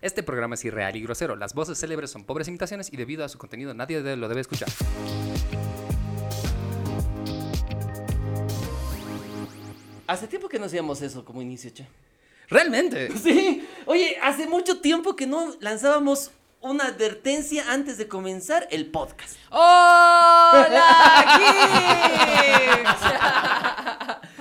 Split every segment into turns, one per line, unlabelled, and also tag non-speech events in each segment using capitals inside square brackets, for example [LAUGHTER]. Este programa es irreal y grosero. Las voces célebres son pobres imitaciones y debido a su contenido nadie de- lo debe escuchar.
Hace tiempo que no hacíamos eso como inicio,
[LAUGHS]
che.
Realmente.
Sí, oye, hace mucho tiempo que no lanzábamos una advertencia antes de comenzar el podcast.
¡Hola,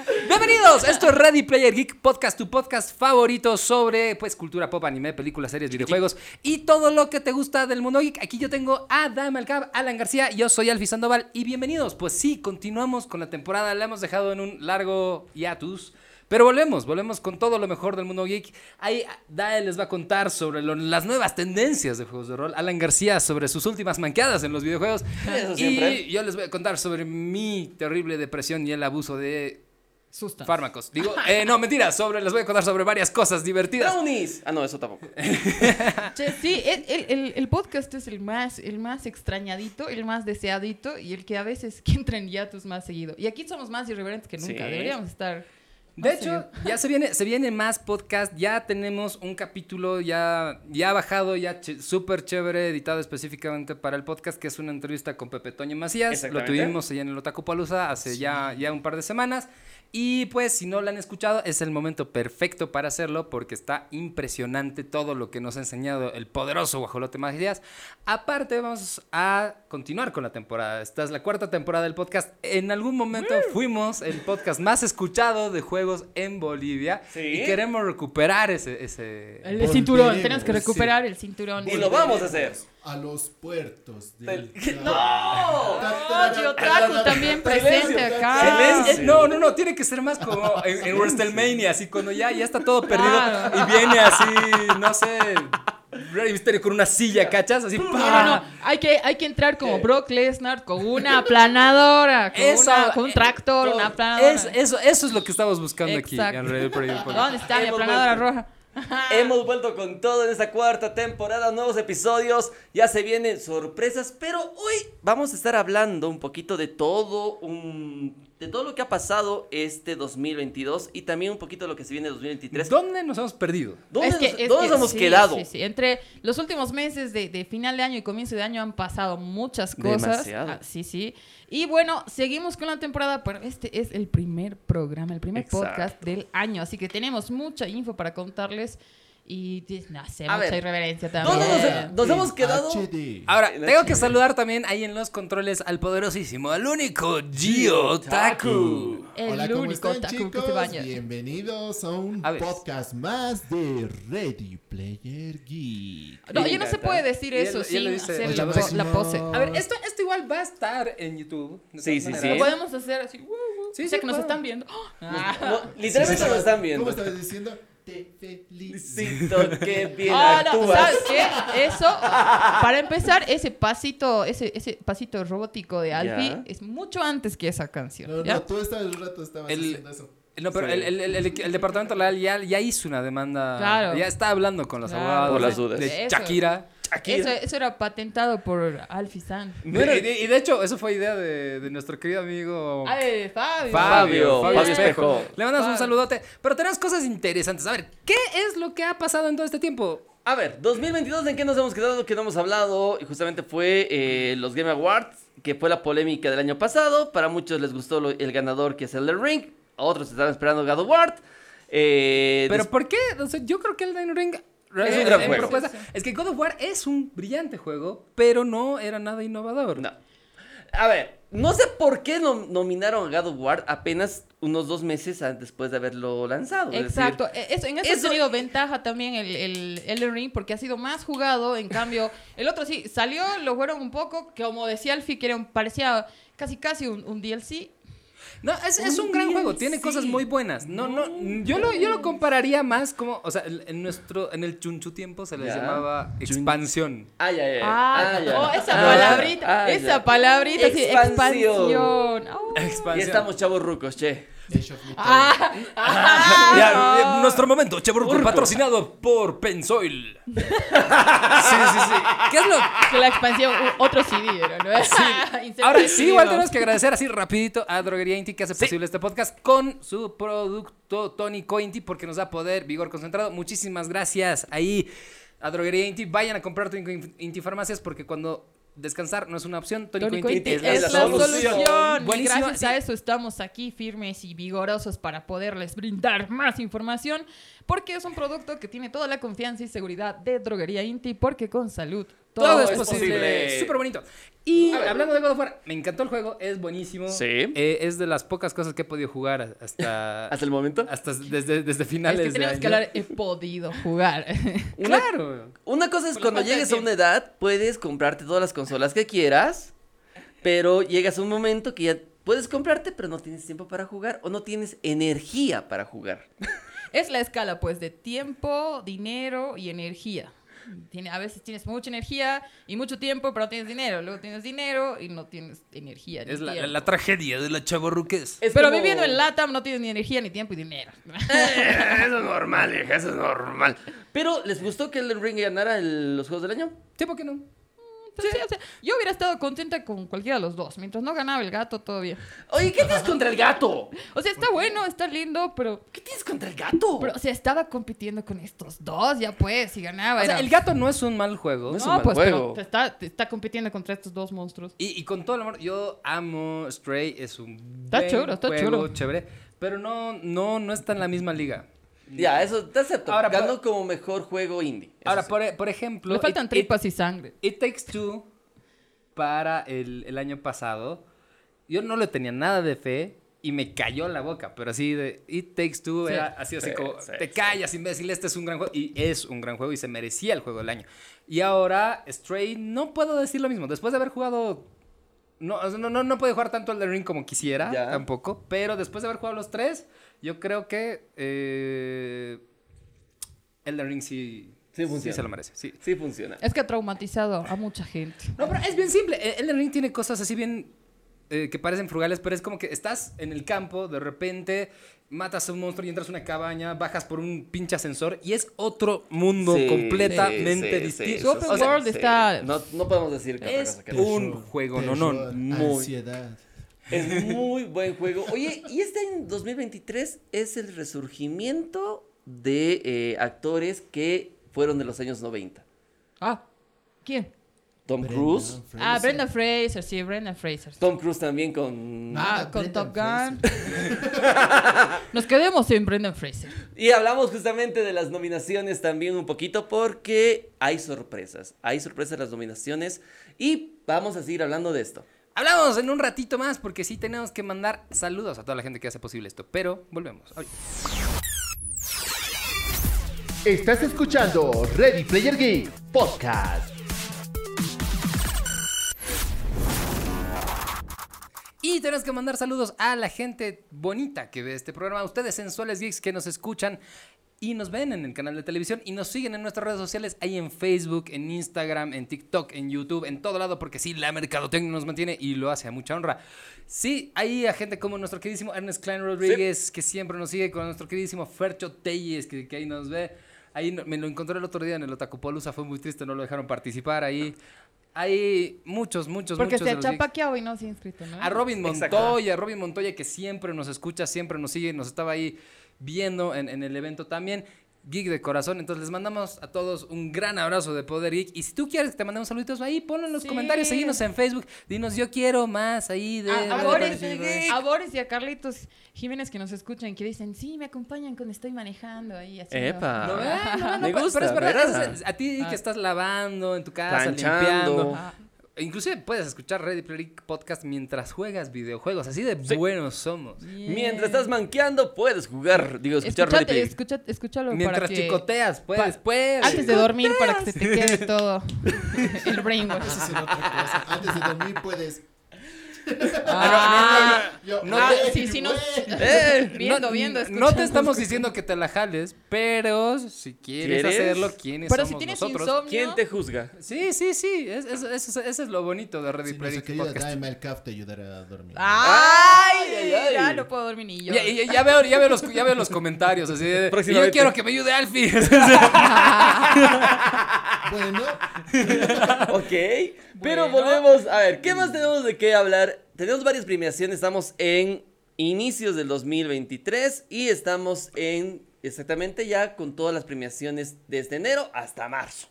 geeks! Bienvenidos, esto es Ready Player Geek Podcast, tu podcast favorito sobre pues cultura pop, anime, películas, series, videojuegos y todo lo que te gusta del mundo geek. Aquí yo tengo a Dame Alcab, Alan García, yo soy Alfie Sandoval y bienvenidos. Pues sí, continuamos con la temporada, la hemos dejado en un largo hiatus. Pero volvemos, volvemos con todo lo mejor del mundo geek. Ahí Dae les va a contar sobre lo- las nuevas tendencias de juegos de rol. Alan García sobre sus últimas manqueadas en los videojuegos.
Eso
Y
siempre.
yo les voy a contar sobre mi terrible depresión y el abuso de
Sustancias.
fármacos. Digo, eh, no, mentira, sobre, les voy a contar sobre varias cosas divertidas.
Brownies. Ah, no, eso tampoco.
Che, sí, el, el- el- el podcast es el más, el más extrañadito, el más deseadito y el que a veces que entra en hiatus más seguido. Y aquí somos más irreverentes que nunca.
Sí.
Deberíamos estar.
De
más
hecho,
serios.
ya se viene, se viene más podcast, ya tenemos un capítulo ya, ya bajado, ya ch- súper chévere, editado específicamente para el podcast, que es una entrevista con Pepe Toño Macías. Lo
Exactamente.
tuvimos allá en el Otaku Palusa hace ya, ya un par de semanas. Y pues, si no lo han escuchado, es el momento perfecto para hacerlo porque está impresionante todo lo que nos ha enseñado el poderoso Guajolote Macías. Aparte, vamos a continuar con la temporada. Esta es la cuarta temporada del podcast. En algún momento fuimos el podcast más escuchado de juegos en Bolivia
Sí.
y queremos recuperar ese. ese-
El
Volveremos.
cinturón, tenemos que
Sí.
recuperar el cinturón.
Y Pues lo vamos a hacer.
a los puertos del
¡No!
Oh, Oye, Otaku también presente
Silencio,
acá.
silencio.
Eh, No, no, no, tiene que ser más como en, en WrestleMania, así cuando ya, ya está todo perdido
Claro.
y viene así, no sé, Rey Misterio con una silla, ¿cachas? Así,
No, no, no.
¡pa!
Hay que, hay que entrar
Eh.
como Brock Lesnar con una aplanadora, con,
Eso,
una- con
eh,
un tractor,
no,
una aplanadora.
es- eso, eso es lo que estamos buscando aquí
Exacto.
en Ready Player Podcast.
¿Dónde está mi
Hemos
aplanadora
vuelto.
roja?
Hemos vuelto con todo en esta cuarta temporada, nuevos episodios, ya se vienen sorpresas, pero hoy vamos a estar hablando un poquito de todo un de todo lo que ha pasado este 2022 y también un poquito de lo que se viene 2023.
¿Dónde nos hemos perdido?
¿Dónde,
Es que-
nos,
es
dónde
que
nos hemos
sí,
quedado?
sí, sí. Entre los últimos meses de, de final de año y comienzo de año han pasado muchas cosas.
Demasiado.
Ah, sí, sí. Y bueno, seguimos con la temporada, pero este es el primer programa, el primer
Exacto.
podcast del año. Así que tenemos mucha info para contarles y dis- no, hace
A
mucha
ver,
irreverencia
[LAUGHS] No,
también.
no, nos, nos hemos quedado
HD.
Ahora,
En
tengo
la chimenea.
que saludar también ahí en los controles al poderosísimo, al único Gio Taku.
El
Hola, ¿cómo
único
están,
otaku que te
chicos?
baña.
Bienvenidos a un
A ver.
podcast más de Ready Player Geek.
No,
Me
yo no se
encanta.
puede decir
Y él-
eso
y él
sin
lo dice.
hacer
Oye,
la,
pues,
po- la
no.
pose.
A ver, esto, esto igual va a estar en YouTube. de
Sí,
todas
sí,
Lo
maneras.
sí.
podemos hacer así. uh, uh,
Sí,
o sea
sí,
que nos
claro.
están viendo. [GASPS] Ah.
No, literalmente nos están viendo.
¿Cómo estás diciendo? Te felicito.
Felicito, qué bien
Ah, no,
actúas.
¿sabes qué? Eso, para empezar, ese pasito, ese, ese pasito robótico de Alfie
Ya.
es mucho antes que esa canción.
No,
¿ya?
no, tú estabas un rato estabas
El-
haciendo eso.
No, pero
Sí.
el, el- el- el- el departamento legal ya, ya hizo una demanda.
Claro.
Ya está hablando con los
Claro.
abogados.
Por las
de-
dudas.
De
Eso.
Shakira.
Eso, eso era patentado por Alfie San.
No, y, de, y de hecho, eso fue idea de, de nuestro querido amigo.
Ay, Ah, eh, Fabio.
Fabio,
Fabio
Fabio Espejo.
Espejo.
Le mandas un
Fabio.
saludote. Pero tenemos cosas interesantes. A ver, ¿qué es lo que ha pasado en todo este tiempo?
A ver, 2022, ¿en qué nos hemos quedado? Que no hemos hablado, y justamente fue eh, los Game Awards, que fue la polémica del año pasado. Para muchos les gustó lo- el ganador, que es el Ring. A otros estaban esperando God of War. Eh,
Pero
des-
¿por qué? O sea, yo creo que el Elden Ring
Es un
eh,
gran
en
juego.
propuesta- Es que God of War es un brillante juego, pero no era nada innovador.
no. A ver, no sé por qué nom- nominaron a God of War apenas unos dos meses a- después de haberlo lanzado. es decir,
Exacto, e- eso, en eso,
Eso-
ha tenido ventaja también el, el Elden Ring porque ha sido más jugado, en cambio, el otro sí, salió, lo jugaron un poco, como decía Alfie, que era un- parecía casi casi un, un DLC.
No, es, es un
Un
gran
DLC.
juego, tiene cosas muy buenas. No, no, yo lo, yo lo compararía más como, o sea, en en nuestro, en el chunchu tiempo se les
Ya.
llamaba expansión.
Ay, ay, ay.
Ah,
ay, ay.
oh, esa
Ah,
palabrita,
ay,
esa
ay.
palabrita, sí,
Expansión.
expansión. Oh.
Y
Expansión.
estamos chavos rucos, che.
Age of Mythology.
Ah,
Ya,
ah,
eh, nuestro momento, Cheburgo,
Urco.
patrocinado por Pensoil. sí, sí, sí. ¿Qué es lo
que la expansión, u- otro CD era, ¿no? [LAUGHS] Inserta
Ahora
el
[LAUGHS] sí,
CD,
igual
¿no?
tenemos que agradecer así rapidito a Droguería Inti que hace posible este podcast con su producto tónico Inti porque nos da poder, vigor concentrado. Muchísimas gracias ahí. a Droguería Inti. Vayan a comprar tónico Inti Inti farmacias porque cuando descansar no es una opción, tónico,
Tónico
Inti,
Inti es la solución.
Buenísima,
Y gracias
sí.
a eso estamos aquí firmes y vigorosos para poderles brindar más información, porque es un producto que tiene toda la confianza y seguridad de Droguería Inti, porque con salud
Todo,
todo,
es posible.
posible.
Súper bonito. Y hablando de God of War, me encantó el juego, es buenísimo.
Sí.
Eh, es de las pocas cosas que he podido jugar hasta,
[LAUGHS] ¿Hasta el momento?
hasta desde, desde
Es
finales
que
de
tenemos
año.
que hablar, he podido jugar.
Una-
Claro.
Una cosa es
Por la
cuando
falta de
llegues a una edad, puedes comprarte todas las consolas que quieras, pero llegas a un momento que ya puedes comprarte, pero no tienes tiempo para jugar o no tienes energía para jugar.
Es la escala, pues, de tiempo, dinero y energía. Tiene, a veces tienes mucha energía y mucho tiempo, pero no tienes dinero. Luego tienes dinero y no tienes energía. ni
Es la, la-
tiempo.
la tragedia de la chavorruquez.
Es
pero
como-
viviendo en LATAM no tienes ni energía, ni tiempo y dinero.
[LAUGHS]
[LAUGHS]
Eso es normal, hija, eso es normal. Pero, ¿les gustó que Elden Ring ganara el- los Juegos del Año?
Sí, ¿por qué no?
Entonces, o sea, yo hubiera estado contenta con cualquiera de los dos. Mientras no ganaba el gato, todo bien.
Oye, ¿qué tienes contra el gato?
O sea, está bueno, está lindo, pero,
¿Qué tienes contra el gato?
pero o sea, estaba compitiendo con estos dos, ya pues, y ganaba.
O sea,
era-
el gato no es un mal juego.
No es un
No,
mal
pues, pero
juego.
te está, te está compitiendo contra estos dos monstruos.
Y, y con todo el amor, yo amo Stray, es un
Está
buen
chulo, está
juego,
chulo.
chévere, pero no, no, no está en la misma liga.
Ya, eso te acepto.
Ahora,
Ganó
por-
como mejor juego indie. eso
Ahora,
sí.
por, e- por ejemplo,
Le faltan
It-
tripas y sangre.
It, It Takes Two para el, el año pasado, yo no le tenía nada de fe y me cayó la boca, pero así de It Takes Two
Sí.
era así, así
Sí,
como,
sí,
te
sí.
callas imbécil, este es un gran juego, y es un gran juego y se merecía el juego del año. Y ahora Stray, no puedo decir lo mismo, después de haber jugado No, o sea, no, no, no puede jugar tanto al The Ring como quisiera,
Ya.
tampoco. Pero después de haber jugado los tres, yo creo que eh, el The Ring sí,
Sí funciona.
se lo merece. Sí.
Sí funciona.
Es que ha traumatizado a mucha gente.
No, pero es bien simple. El The Ring tiene cosas así bien eh, que parecen frugales, pero es como que estás en el campo, de repente matas a un monstruo y entras a una cabaña, bajas por un pinche ascensor y es otro mundo
Sí,
completamente
sí, sí,
distinto.
sí,
Open
sí, sí.
World está-
No, no podemos decir que otra
Es
cosa que-
un- juego, no, no, muy-
Ansiedad.
Es muy buen juego. Oye, y este año 2023 es el resurgimiento de eh, actores que fueron de los años 90.
Ah, ¿quién?
Tom
Brendan
Cruise.
Fraser.
Ah, Brenda Fraser, sí, Brenda Fraser.
Tom Cruise también con...
Ah,
Nada,
con
Brendan
Top Gun. Nos quedemos en Brendan Fraser.
Y hablamos justamente de las nominaciones también un poquito porque hay sorpresas. Hay sorpresas en las nominaciones y vamos a seguir hablando de esto.
Hablamos en un ratito más porque sí tenemos que mandar saludos a toda la gente que hace posible esto. Pero volvemos. Ahorita.
Estás escuchando Ready Player Geek Podcast.
Y tenemos que mandar saludos a la gente bonita que ve este programa, a ustedes sensuales geeks que nos escuchan y nos ven en el canal de televisión y nos siguen en nuestras redes sociales, ahí en Facebook, en Instagram, en TikTok, en YouTube, en todo lado, porque sí, la mercadotecnia nos mantiene y lo hace a mucha honra. Sí, hay a gente como nuestro queridísimo Ernest Klein Rodríguez, que siempre nos sigue, con nuestro queridísimo Fercho Telles, que, que ahí nos ve. Ahí no- me lo encontré el otro día en el Otacopolusa, fue muy triste, no lo dejaron participar ahí. Hay muchos, muchos,
Porque
muchos
se
de
ha
los geeks.
chapaqueado y no se ha inscrito, ¿no?
A Robin
Exacto.
Montoya, a Robin Montoya que siempre nos escucha, siempre nos sigue, nos estaba ahí viendo en, en el evento también. Geek de corazón, entonces les mandamos a todos un gran abrazo de Poder Geek. Y si tú quieres que te mandemos saluditos, ahí ponlo en los
Sí.
comentarios, seguinos en Facebook, dinos yo quiero más ahí de. Ah,
A, a
de-
Boris,
de-
a Boris y a Carlitos Jiménez que nos escuchan, que dicen, sí, me acompañan cuando estoy manejando ahí. haciendo-
Epa.
No, eh, no, no,
Ah, Me
pero-
gusta,
pero es verdad,
¿verdad?
es- es- a ti que estás lavando en tu casa,
Planchando.
limpiando. E
Ah,
Inclusive puedes escuchar Ready Player Geek podcast mientras juegas videojuegos, así de buenos somos.
bien.
Mientras estás manqueando puedes jugar, digo, escuchar
Escúchate,
Ready Player.
escucha- escúchalo para
Mientras
que...
chicoteas, puedes, puedes.
Antes de dormir para que se te quede todo
[LAUGHS]
el brainwash.
Eso es otra cosa. Antes de dormir puedes.
Ah,
Yo,
no,
güey,
sí, sí, no.
güey.
Eh,
viendo,
no,
viendo,
n-
escuchando.
No te estamos diciendo que te la jales, pero si quieres,
¿Quieres?
hacerlo, ¿quiénes
Pero si
somos
tienes
nosotros?
insomnio...
¿Quién te juzga?
Sí, sí, sí. es- es- es- es- Eso es lo bonito de Ready
Si
Player
nuestra
Geek
querida
Podcast.
Daima el CAF te ayudará a dormir.
Ah. ¡Ay!
Ay, ay, ay.
Ya no puedo dormir ni yo.
Ya, ya- ya veo, ya, veo los, ya veo los comentarios. Así de, "Y yo
Próximamente.
quiero que me ayude [LAUGHS] Alfie.
Bueno,
Ok, pero
Bueno.
volvemos. A ver, ¿qué más tenemos de qué hablar? Tenemos varias premiaciones. Estamos en inicios del 2023 y estamos en exactamente ya con todas las premiaciones desde enero hasta marzo.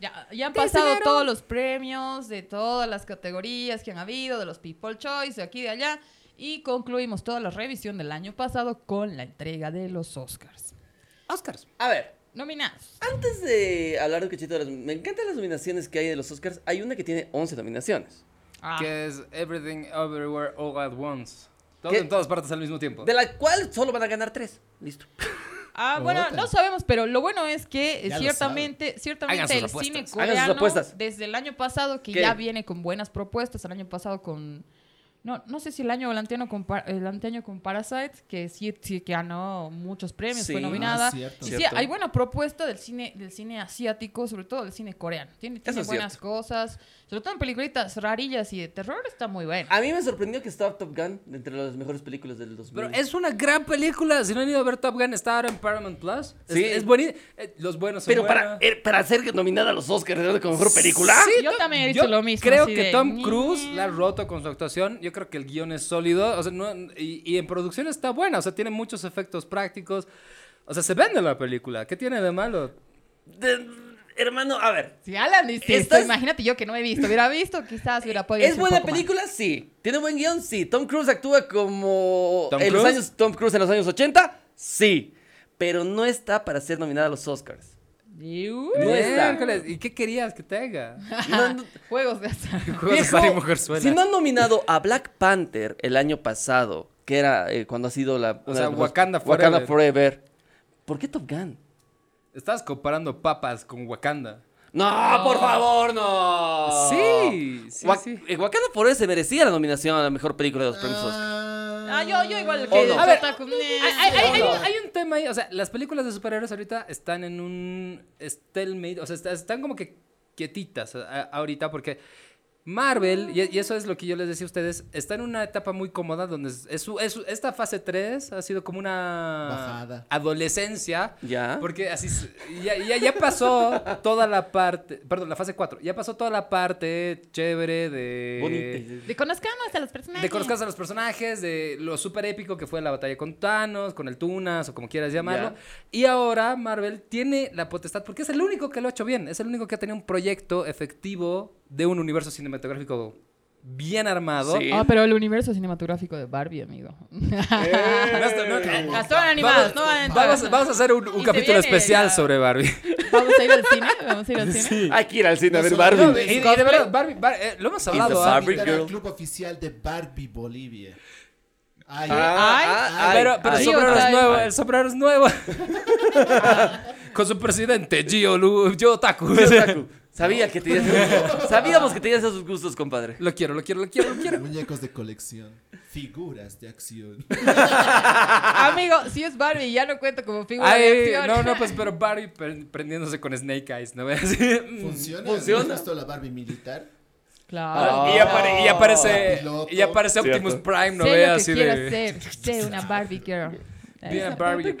Ya, ya han
Desde
pasado
enero.
todos los premios de todas las categorías que han habido, de los People Choice, de aquí y de allá. Y concluimos toda la revisión del año pasado con la entrega de los Oscars.
Oscars.
A ver,
Nominados.
antes de hablar un cachito de las... Me encantan las nominaciones que hay de los Oscars. Hay una que tiene 11 nominaciones.
Ah,
Que es Everything Everywhere All at Once. Todo
¿Qué?
en todas partes al mismo tiempo.
De la cual solo van a ganar 3. Listo.
Ah, bueno,
Otra.
no sabemos, pero lo bueno es que eh,
Ya lo
ciertamente,
Hagan
ciertamente
sus
el
apuestas.
cine
Hagan sus
coreano
apuestas.
desde el año pasado que
¿Qué?
ya viene con buenas propuestas, el año pasado con no, no sé si el año o el anteaño con, Par- el anteaño con Parasite, que sí, sí que ganó muchos premios,
Sí.
fue nominada.
Ah, cierto.
y sí,
Cierto.
hay buena propuesta del cine, del cine asiático, sobre todo del cine coreano. Tiene, tiene
es
buenas
cierto.
cosas, sobre todo en peliculitas rarillas y de terror está muy bueno.
A mí me sorprendió que estaba Top Gun entre las mejores películas del 2000.
Pero es una gran película. Si no han ido a ver Top Gun, está ahora en Paramount Plus. Es-
Sí.
Es, bueni- eh, los buenos son
Pero para,
buenos.
eh, para ser nominada a los Oscars como mejor película.
Sí,
Yo
no,
también he visto lo mismo,
Creo
así
que
de, "Mm".
Tom
"Ni".
Cruise la ha roto con su actuación. Yo creo que el guión es sólido. O sea, no- y, y en producción está buena. O sea, tiene muchos efectos prácticos. O sea, se vende la película. ¿Qué tiene de malo?
De- hermano, a ver.
Si Alan dice esto,
Estás- Eh,
imagínate yo que no he visto, hubiera visto, quizás hubiera podido
¿Es
decir un
buena
poco más.
película? Sí. ¿Tiene buen guión? Sí. ¿Tom Cruise actúa como
¿Tom
en los
Cruise?
años, Tom Cruise en los años 80? Sí. Pero no está para ser nominada a los Oscars.
[LAUGHS] Iu.
No está.
Miércoles, ¿Y qué querías que
[LAUGHS]
tenga?
No, no-
Ah, Juegos de
[LAUGHS]
azar.
Juegos de
Viejo,
azar y mujerzuela.
si no han nominado a Black Panther el año pasado, que era eh, cuando ha sido la...
O
una
sea,
de las mejores-
Wakanda
Wakanda Forever. ¿Por qué Top Gun?
Estás comparando papas con Wakanda.
No, por favor, no.
Sí, sí,
Wa-
sí.
eh, Wakanda Forever se merecía la nominación a la mejor película de los premios Oscar.
Ah, yo, yo igual
Oh,
que
no.
A ver,
Otaku.
Hay, hay- hay- hay un- hay un tema ahí, o sea, las películas de superhéroes ahorita están en un stalemate, o sea, está- están como que quietitas a- a- ahorita porque Marvel, y, y eso es lo que yo les decía a ustedes, está en una etapa muy cómoda donde es, es su- es su- esta fase 3 ha sido como una
Bajada.
adolescencia.
Ya.
Porque así, se- ya, ya, ya pasó toda la parte, perdón, la fase 4, ya pasó toda la parte chévere de...
Bonita.
De conozcamos a Ah, las personas.
De conozcas a los personajes, de lo súper épico que fue la batalla con Thanos, con el Tunas o como quieras llamarlo. Y ahora Marvel tiene la potestad, porque es el único que lo ha hecho bien, es el único que ha tenido un proyecto efectivo de un universo cinematográfico bien armado.
Sí.
Ah, pero el universo cinematográfico de Barbie, amigo.
No está- no-
Ah, Son animados, no van a entrar.
Vamos, vamos a hacer un, un
Y se
capítulo
viene
especial
la-
sobre
[LAUGHS]
Barbie.
Vamos a ir al cine, vamos a ir al cine.
Hay que ir al cine a ver
No, y,
[LAUGHS] Barbie.
y de verdad, Barbie, Bar- eh, lo hemos hablado
Barbie
antes.
Era el
Girl.
club oficial de Barbie Bolivia. Ay,
Ah,
Pero, pero
ay,
el sombrero
ay,
es nuevo,
ay.
el sombrero es
[LAUGHS]
nuevo. Con su presidente, Gio, Lu, Gio Otaku.
Otaku, Sabía que tenías esos gustos. Sabíamos que tenías esos gustos, compadre.
Lo quiero, lo quiero, lo quiero, lo [LAUGHS] quiero.
eh, muñecos de colección, figuras de acción.
Amigo, si es Barbie, ya no cuento como figura de
Ay,
acción.
no, no, pues, [LAUGHS] pero Barry pre- prendiéndose con Snake Eyes, ¿no [LAUGHS] mm. ves?
¿Funciona?
Funciona.
¿Has visto la Barbie militar?
Claro.
ah, Y, apare- y aparece,
Piloto.
y aparece Optimus
Cierto.
Prime, ¿no
sé
ves?
lo que
Así
quiero
de...
hacer. Sé una Barbie girl.
[LAUGHS] Bien, Barbie.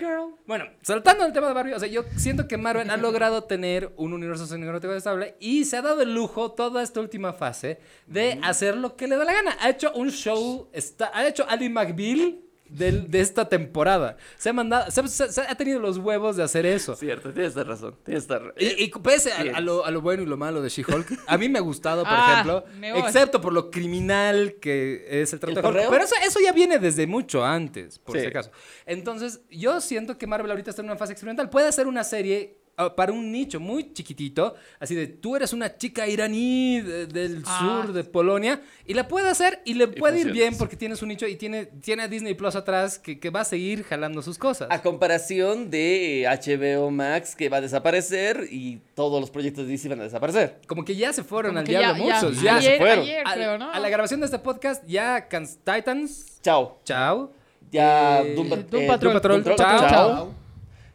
Bueno, saltando al tema de Barbie, o sea, yo siento que Marvel ha logrado tener un universo cinematográfico estable y se ha dado el lujo toda esta última fase de hacer lo que le da la gana. Ha hecho un show, está, ha hecho Ali McBeal del- de esta temporada. Se ha mandado, se, se- se ha tenido los huevos de hacer eso.
Cierto, tienes esta razón. Tienes esta ra-
Y, y pese a, a lo, a lo bueno y lo malo de
[LAUGHS]
She-Hulk, a mí me ha gustado, por
Ah,
ejemplo,
me voy.
excepto por lo criminal que es el trato
¿El
de Hulk.
correo?
Pero eso, eso ya viene desde mucho antes, por
Sí.
si acaso. Entonces, yo siento que Marvel ahorita está en una fase experimental. Puede hacer una serie ah, para un nicho muy chiquitito, así de tú eres una chica iraní de- del
Ah.
sur de Polonia, y la puede hacer y le puede ir
funciona.
bien porque tienes un nicho y tiene, tiene a Disney Plus atrás que, que va a seguir jalando sus cosas.
A comparación de eh, HBO Max, que va a desaparecer y todos los proyectos de DC van a desaparecer.
Como que ya se fueron
Como
al
que
diablo
ya- ya.
muchos.
Ya
ya
se
Ayer,
fueron.
ayer,
Al-
creo, ¿no?
A la grabación de este podcast, ya Cans- Titans,
Chao.
chao.
Ya
Eh,
Doom, Pat-
Doom
eh,
Patrol.
Patrol,
chao.
chao.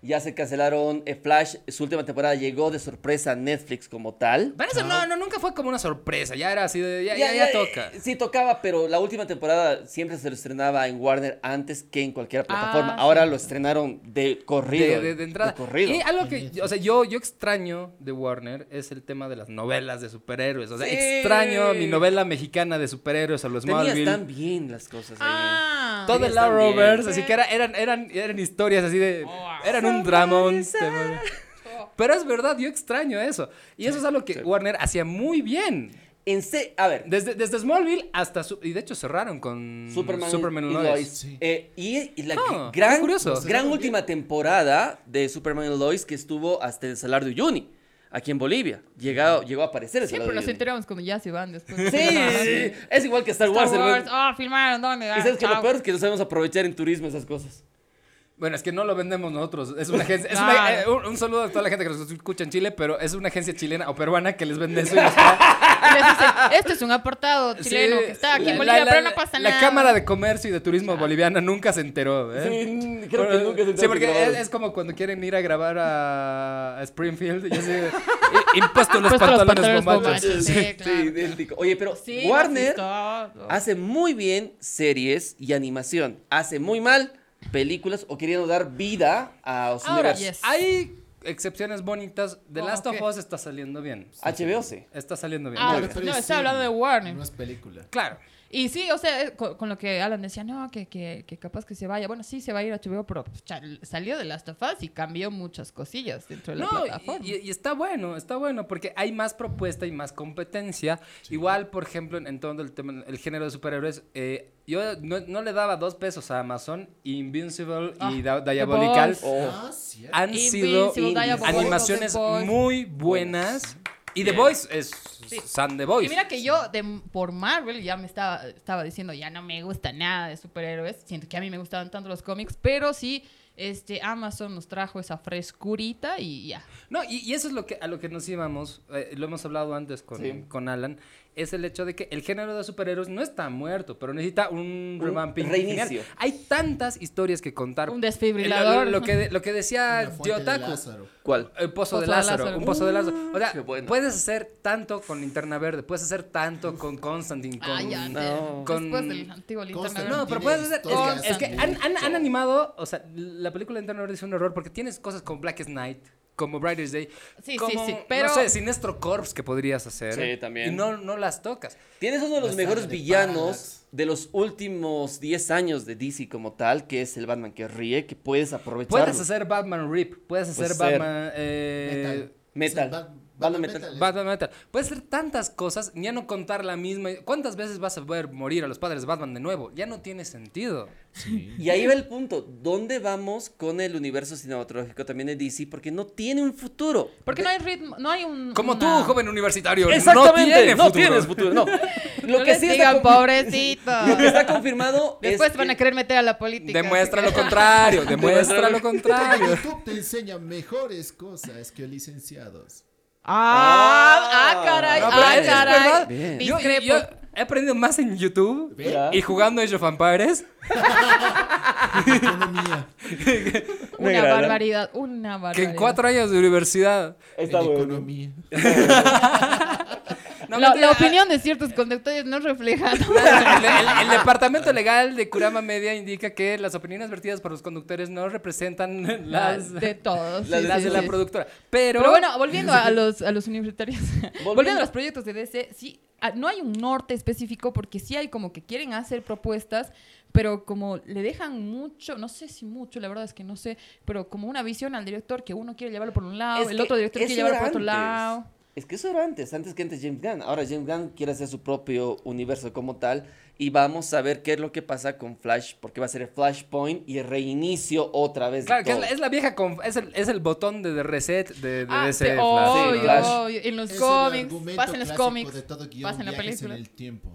Ya se cancelaron eh, Flash. Su última temporada llegó de sorpresa a Netflix como tal.
Vanessa, no, no, nunca fue como una sorpresa. Ya era así de. Ya, ya- ya toca.
eh, Sí, tocaba, pero la última temporada siempre se lo estrenaba en Warner antes que en cualquier plataforma.
sí.
Ahora lo estrenaron de corrido. eh,
De, de- de entrada.
corrido.
Y algo que, o sea, yo, yo extraño de Warner es el tema de las novelas de superhéroes. O sea,
Sí.
extraño mi novela mexicana de superhéroes a los
Tenías
Smallville.
tan bien las cosas ahí.
Ah.
Todo el
Tenías tan bien.
Oh. Arrowverse, así que era- eran, eran, eran historias así de... Eran un dramón. Pero es verdad, yo extraño eso. Y eso es algo que Warner hacía muy bien.
En se- a ver,
Desde, desde Smallville hasta... su- y de hecho cerraron con
Superman, y
Lois.
Lois.
Sí.
Eh, y, y la
Ah,
gran,
qué curioso.
gran última temporada de Superman y Lois que estuvo hasta el Salar de Uyuni, aquí en Bolivia. Llegado, llegó a aparecer el
Siempre
Salar
nos
de Uyuni.
enteramos cuando ya se van después. [LAUGHS]
Sí, sí, es igual que Star Wars.
Star
el buen-
Wars, ah, filmaron, ¿dónde?
Y
Ah,
sabes que lo
chao.
peor es que no sabemos aprovechar en turismo esas cosas.
Bueno, es que no lo vendemos nosotros. Es una agencia. es
Ah.
una- eh, un, un saludo a toda la gente que nos escucha en Chile, pero es una agencia chilena o peruana que les vende eso. y
[LAUGHS]
nos da-
Y les dicen, este es un apartado
Sí,
chileno que está aquí
la-
en Bolivia,
la- la-
pero no pasa
la
nada.
Cámara de Comercio y de Turismo Boliviana nunca se enteró. ¿eh?
Sí, creo que nunca se enteró
Sí,
que
porque
grabaron.
es, es como cuando quieren ir a grabar a, a Springfield. Y así, eh, impuesto los
Puesto los
pantalones
pantalones
bombachos.
bombachos. Sí, claro.
idéntico. Oye, pero
Sí,
Warner
racista.
hace muy bien series y animación. Hace muy mal películas o queriendo dar vida a su
Ahora,
universo.
yes.
hay excepciones bonitas. The
Oh,
Last
ok.
of Us está saliendo bien.
HBO sí.
Está saliendo bien.
Ah,
Muy
no,
bien.
Pero es
estaba
serie,
hablando de Warner.
No es película.
Claro.
Y sí, o sea, eh, con, con lo que Alan decía, no, que, que, que capaz que se vaya. Bueno, sí, se va a ir a HBO, pero pues, chal- salió de Last of Us y cambió muchas cosillas dentro de la
No,
plataforma.
y, y- y está bueno, está bueno, porque hay más propuesta y más competencia. Igual, por ejemplo, en, en todo el tema, el género de superhéroes, eh, yo no, no le daba dos pesos a Amazon, Invincible y
Ah,
Da- Diabolical.
Boys.
Oh.
Ah, cierto.
Han
Invincible,
sido
Diabolical,
animaciones
The Boys.
muy buenas. Y The Voice es San The
Y
Voice.
mira que yo, de- por Marvel, ya me estaba, estaba diciendo, ya no me gusta nada de superhéroes. Siento que a mí me gustaban tanto los cómics, pero sí, este, Amazon nos trajo esa frescurita y ya.
No, y, y eso es lo que, a lo que nos íbamos, eh, lo hemos hablado antes con,
Sí.
con Alan, es el hecho de que el género de superhéroes no está muerto, pero necesita un, revamping
reinicio.
genial. Hay tantas historias que contar. Eh,
Un
Lo,
desfibrilador.
lo- lo que, de- lo que decía
La fuente de
Yotaku.
Lázaro.
¿Cuál?
El pozo, de
Pozo de
Lázaro,
Lázaro.
un pozo de Lázaro. O sea,
qué bueno.
puedes hacer tanto con Linterna Verde, puedes hacer tanto con Constantine, con...
[LAUGHS] Ah, ya,
no.
de-
Con-
Después del antiguo linterna.
Constantine.
No, pero
Verde.
Tiene
puedes hacer. Es
historias
que, es que
con
han, han-
mucho.
han animado. O sea, la película de Internet Verde es un error porque tienes cosas como Blackest Night, como Brightest Day.
Sí, sí,
como,
sí, pero-
No sé, Sinestro Corps que podrías hacer.
Sí, también.
Y no, no las tocas.
Tienes uno de los
La
mejores
saga de
villanos
Parallax.
de los últimos 10 años de DC como tal, que es el Batman que ríe, que puedes aprovechar.
Puedes hacer Batman Rip, puedes hacer
Puede ser.
Batman. eh,
Metal.
O sea, Bat-
Batman
Batman
Metal.
Metal.
Batman Metal. Puedes hacer tantas cosas, ya no contar la misma. ¿Cuántas veces vas a poder morir a los padres de Batman de nuevo? Ya no tiene sentido.
Y ahí va el punto, ¿dónde vamos con el universo cinematográfico también de DC? Porque no tiene un futuro.
Porque no hay ritmo, no hay un.
Como tú,
una-
joven universitario.
Exactamente,
no, tiene
no
futuro. [LAUGHS]
tienes futuro. No. Lo
No
que
les
sí
digan,
está, con-
pobrecito.
lo que está confirmado es
[LAUGHS] Después van
que-
a querer meter a la política.
Demuestra
así
lo
que- [LAUGHS]
contrario, demuestra lo contrario.
YouTube te enseña mejores cosas que licenciados.
Ah, ah, caray,
No, pero
ah,
es- es verdad.
caray.
Yo, yo-
Discrepo.
yo he aprendido más en YouTube
¿Ve?
Ya.
y jugando Age of Empires
Economía.
Una
Me agrada.
barbaridad, una barbaridad.
que en cuatro años de universidad.
Está
en
bueno.
economía.
No,
la,
mentira,
la opinión de ciertos conductores no refleja. ¿no?
El, el- el departamento legal de Kurama Media indica que las opiniones vertidas por los conductores no representan las,
Las de todos.
Las
sí,
las
sí,
de la
sí.
productora. Pero,
Pero bueno, volviendo
[LAUGHS]
a los, a los universitarios,
Volviendo.
volviendo a los proyectos de DC, sí, ah, no hay un norte específico porque sí hay como que quieren hacer propuestas, pero como le dejan mucho, no sé si mucho, la verdad es que no sé, pero como una visión al director que uno quiere llevarlo por un lado,
Es
el
que
otro director quiere
eso
llevarlo
era
por otro
antes.
lado.
Es que eso era antes, antes que antes James Gunn. Ahora James Gunn quiere hacer su propio universo como tal. Y vamos a ver qué es lo que pasa con Flash, porque va a ser el Flashpoint y el reinicio otra vez. de
claro, que es
todo.
la, es la vieja. conf- Es el, es el botón de, de reset de, de
Ah,
DC.
sí,
Flash.
obvio,
Sí, Flash.
obvio, en los
Es el
cómics,
argumento
pasa en los
clásico
cómics,
De todo guión,
pasa en la
viajes
película.
En el tiempo.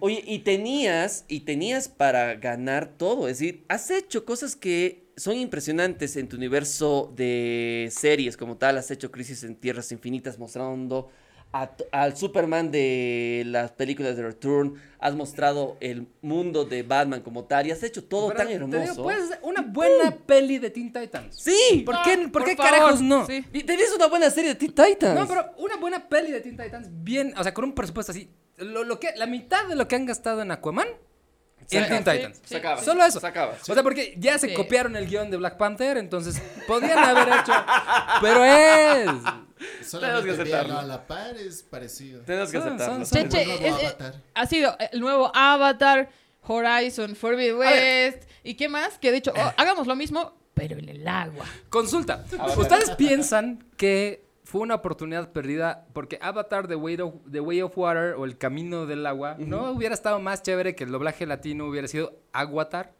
Oye, y tenías, y tenías para ganar todo. Es decir, has hecho cosas que son impresionantes en tu universo de series como tal. Has hecho Crisis en Tierras Infinitas mostrando a t- al Superman de las películas de Return. Has mostrado el mundo de Batman como tal. Y has hecho todo
Pero
tan
te digo, pues,
hermoso.
puedes hacer una buena peli de Teen Titans.
Sí.
¿Por qué, por
por
qué
favor,
carajos no?
sí.
Y tenías una buena serie de Teen Titans.
No, pero una buena peli de Teen Titans, bien, o sea, con un presupuesto así. Lo, lo que, la mitad de lo que han gastado en Aquaman en Teen
Sí,
Titans.
sí.
acaba.
Solo eso.
Se acaba.
O sea, porque ya se
Sí.
copiaron el guión de Black Panther, entonces podían haber hecho. Pero es.
Solamente
aceptarlo.
véalo a la par es parecido.
Tenemos que
Son- son-
aceptarlo.
son-
Che, che,
el nuevo
es- es-
Avatar.
ha sido el nuevo Avatar, Horizon, Forbidden
A ver.
West y qué más que de hecho oh, hagamos lo mismo, pero en el agua.
Consulta. ¿Ustedes piensan que fue una oportunidad perdida porque Avatar The Way of, The Way of Water o El Camino del Agua no hubiera estado más chévere que el doblaje latino hubiera sido Aguatar?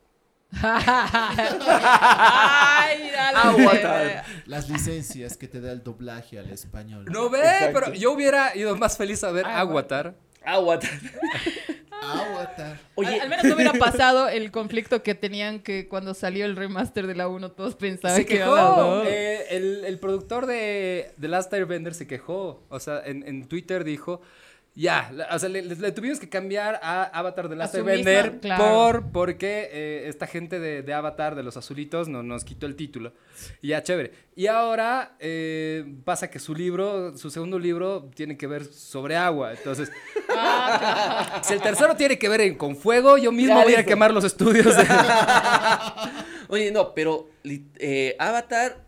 Ay, dale. Eh,
Aguatar.
Las licencias que te da el doblaje al español.
No ve,
Exacto. Ah,
pero yo hubiera ido más feliz a ver
Aguatar.
Aguatar.
Agua.
Avatar.
Oye,
Al, al menos no hubiera pasado el conflicto que tenían que cuando salió el remaster de la 1 todos pensaban
Se
que
quejó.
era la 2.
eh, el, el productor de The Last Airbender se quejó. O sea, en, en Twitter dijo. Ya, la- o sea, le, le- le tuvimos que cambiar a Avatar de Last
su
Airbender
misma, claro.
por, porque eh, esta gente de, de Avatar, de los azulitos, no, nos quitó el título. Y ya, chévere. Y ahora eh, pasa que su libro, su segundo libro, tiene que ver sobre agua.
[LAUGHS]
Entonces,
Ah,
si el tercero tiene que ver en- con fuego, yo mismo
Ya,
voy a
listo.
quemar los estudios. de-
[LAUGHS]
Oye, no, pero li- eh, Avatar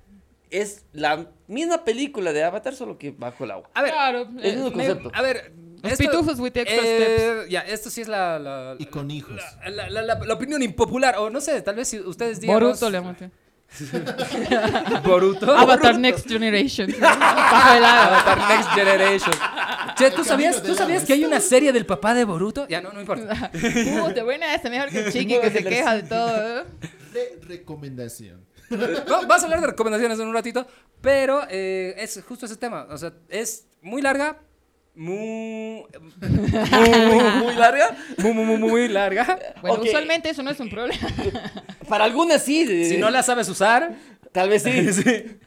es la misma película de Avatar, solo que bajo el agua.
A ver,
Claro.
Es el
eh,
mismo
Me-
concepto.
a ver. eh,
Los pitufos with extra
Ya, esto sí es la. la-
Y con hijos.
la- la- la- la- la opinión impopular, o no sé, tal vez si ustedes digan.
Boruto le maté.
[LAUGHS] Boruto.
Avatar Next Generation. Bajo el agua.
Avatar Next Generation. Che, ¿tú
El
sabías,
camino
¿tú
del
sabías
agua.
que hay una serie del papá de Boruto? Ya, no, no importa.
Puta, buena esa, mejor que Chiqui que se queja de todo. ¿eh?
Re- recomendación.
Va- Vas a hablar de recomendaciones en un ratito, pero eh, es justo ese tema. O sea, es muy larga, muy.
Muy
[LAUGHS]
larga.
Muy, muy, muy, muy larga.
Bueno,
Ok.
usualmente eso no es un problema.
Para algunas sí. de-
Si no la sabes usar, [LAUGHS]
Tal vez sí.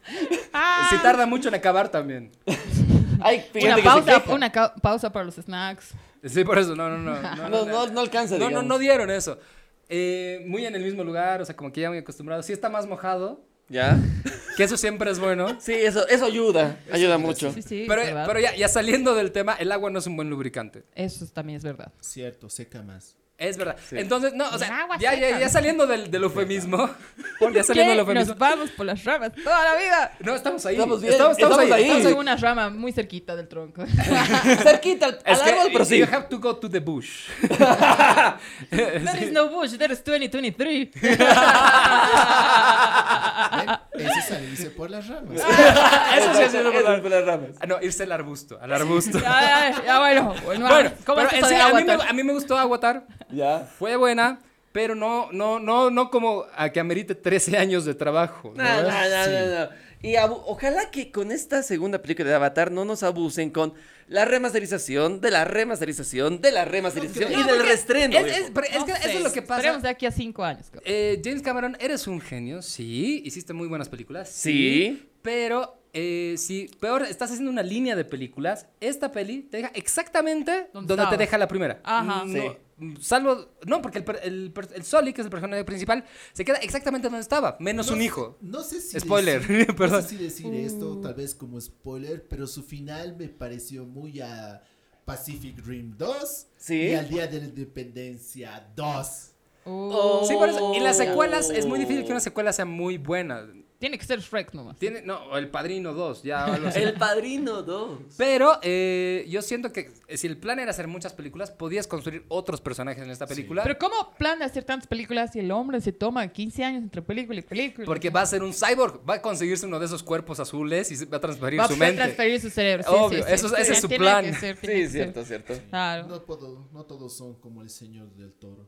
Ah.
si tarda mucho en acabar también.
Hay gente
Una
que se
pausa,
queja.
una ca- pausa para los snacks.
Sí, por eso, no, no, no. No,
No, no, no alcanza,
No, no,
digamos.
no dieron eso. Eh, muy en el mismo lugar, o sea, como que ya muy acostumbrado. Sí está más mojado,
¿Ya?
que eso siempre es bueno.
Sí, eso, eso ayuda. Ayuda mucho.
Sí, sí,
Pero,
¿verdad?
pero ya, ya saliendo del tema, el agua no es un buen lubricante.
Eso también es verdad.
Cierto, seca más.
Es verdad. Entonces, no, o
El
sea,
agua
ya, ya,
seca.
ya saliendo del, del eufemismo. [LAUGHS] Ya saliendo del
¿Qué?
eufemismo.
Nos vamos por las ramas toda la vida.
No, estamos ahí.
Estamos bien,
ahí.
estamos ahí.
Estamos en una rama muy cerquita del tronco.
[LAUGHS]
[LAUGHS] Cerquita al, al
Es que
árbol, pero sí.
You
[LAUGHS]
have to go to the bush.
There is no bush, there is 2023.
¿Ven? Ese salirse por las ramas.
Eso [LAUGHS] sí, sí, es verdad.
por las ramas.
Ah, No, irse al arbusto, al arbusto.
Ya, ya, ya, ah, bueno, bueno,
Bueno,
¿cómo
pero
es
en
eso de
serio, a, mí me,
Avatar?
a mí me gustó Aguatar.
Ya.
Fue buena, pero no, no, no, no como a que amerite 13 años de trabajo. ¿no?
No, no, no, no, no. Y abu- ojalá que con esta segunda película de Avatar no nos abusen con la remasterización, de la remasterización, de la remasterización
creo.
y
No,
del
porque
restreno.
es-
viejo.
es- pero es
No
que
sé,
eso es lo que
Esperemos de
pasa.
aquí a cinco años. cabrón.
Eh, James Cameron, eres un genio, sí. Hiciste muy buenas películas,
Sí.
Pero, eh, sí, peor, estás haciendo una línea de películas. Esta peli te deja exactamente
¿Dónde
donde te
estabas?
deja la primera.
Ajá.
No,
Sí.
mm, Salvo, no, porque el, per- el, per- el Soli, que es el personaje principal, se queda exactamente donde estaba, menos
No
un
sé-
hijo.
No sé si.
Spoiler,
decir-
perdón.
No sé si decir esto, tal vez como spoiler, pero su final me pareció muy a Pacific Rim 2
Sí.
y al Día de la Independencia 2.
Oh.
Sí, por eso. Y las secuelas, es muy difícil que una secuela sea muy buena.
Tiene que ser Shrek nomás.
Tiene, no, o El Padrino 2, ya o
[LAUGHS]
algo así.
El Padrino 2.
Pero eh, yo siento que si el plan era hacer muchas películas, podías construir otros personajes en esta película.
Pero ¿cómo plan de hacer tantas películas si el hombre se toma 15 años entre película y película?
Porque va a ser un cyborg, va a conseguirse uno de esos cuerpos azules y se- va a transferir
va a
su
poder
mente.
transferir su cerebro. sí,
Obvio,
sí, sí,
eso-
sí.
ese es su
Tiene
plan.
que ser, tiene
Sí,
que
cierto,
ser.
cierto.
Claro.
No, puedo- no todos son como el señor del toro.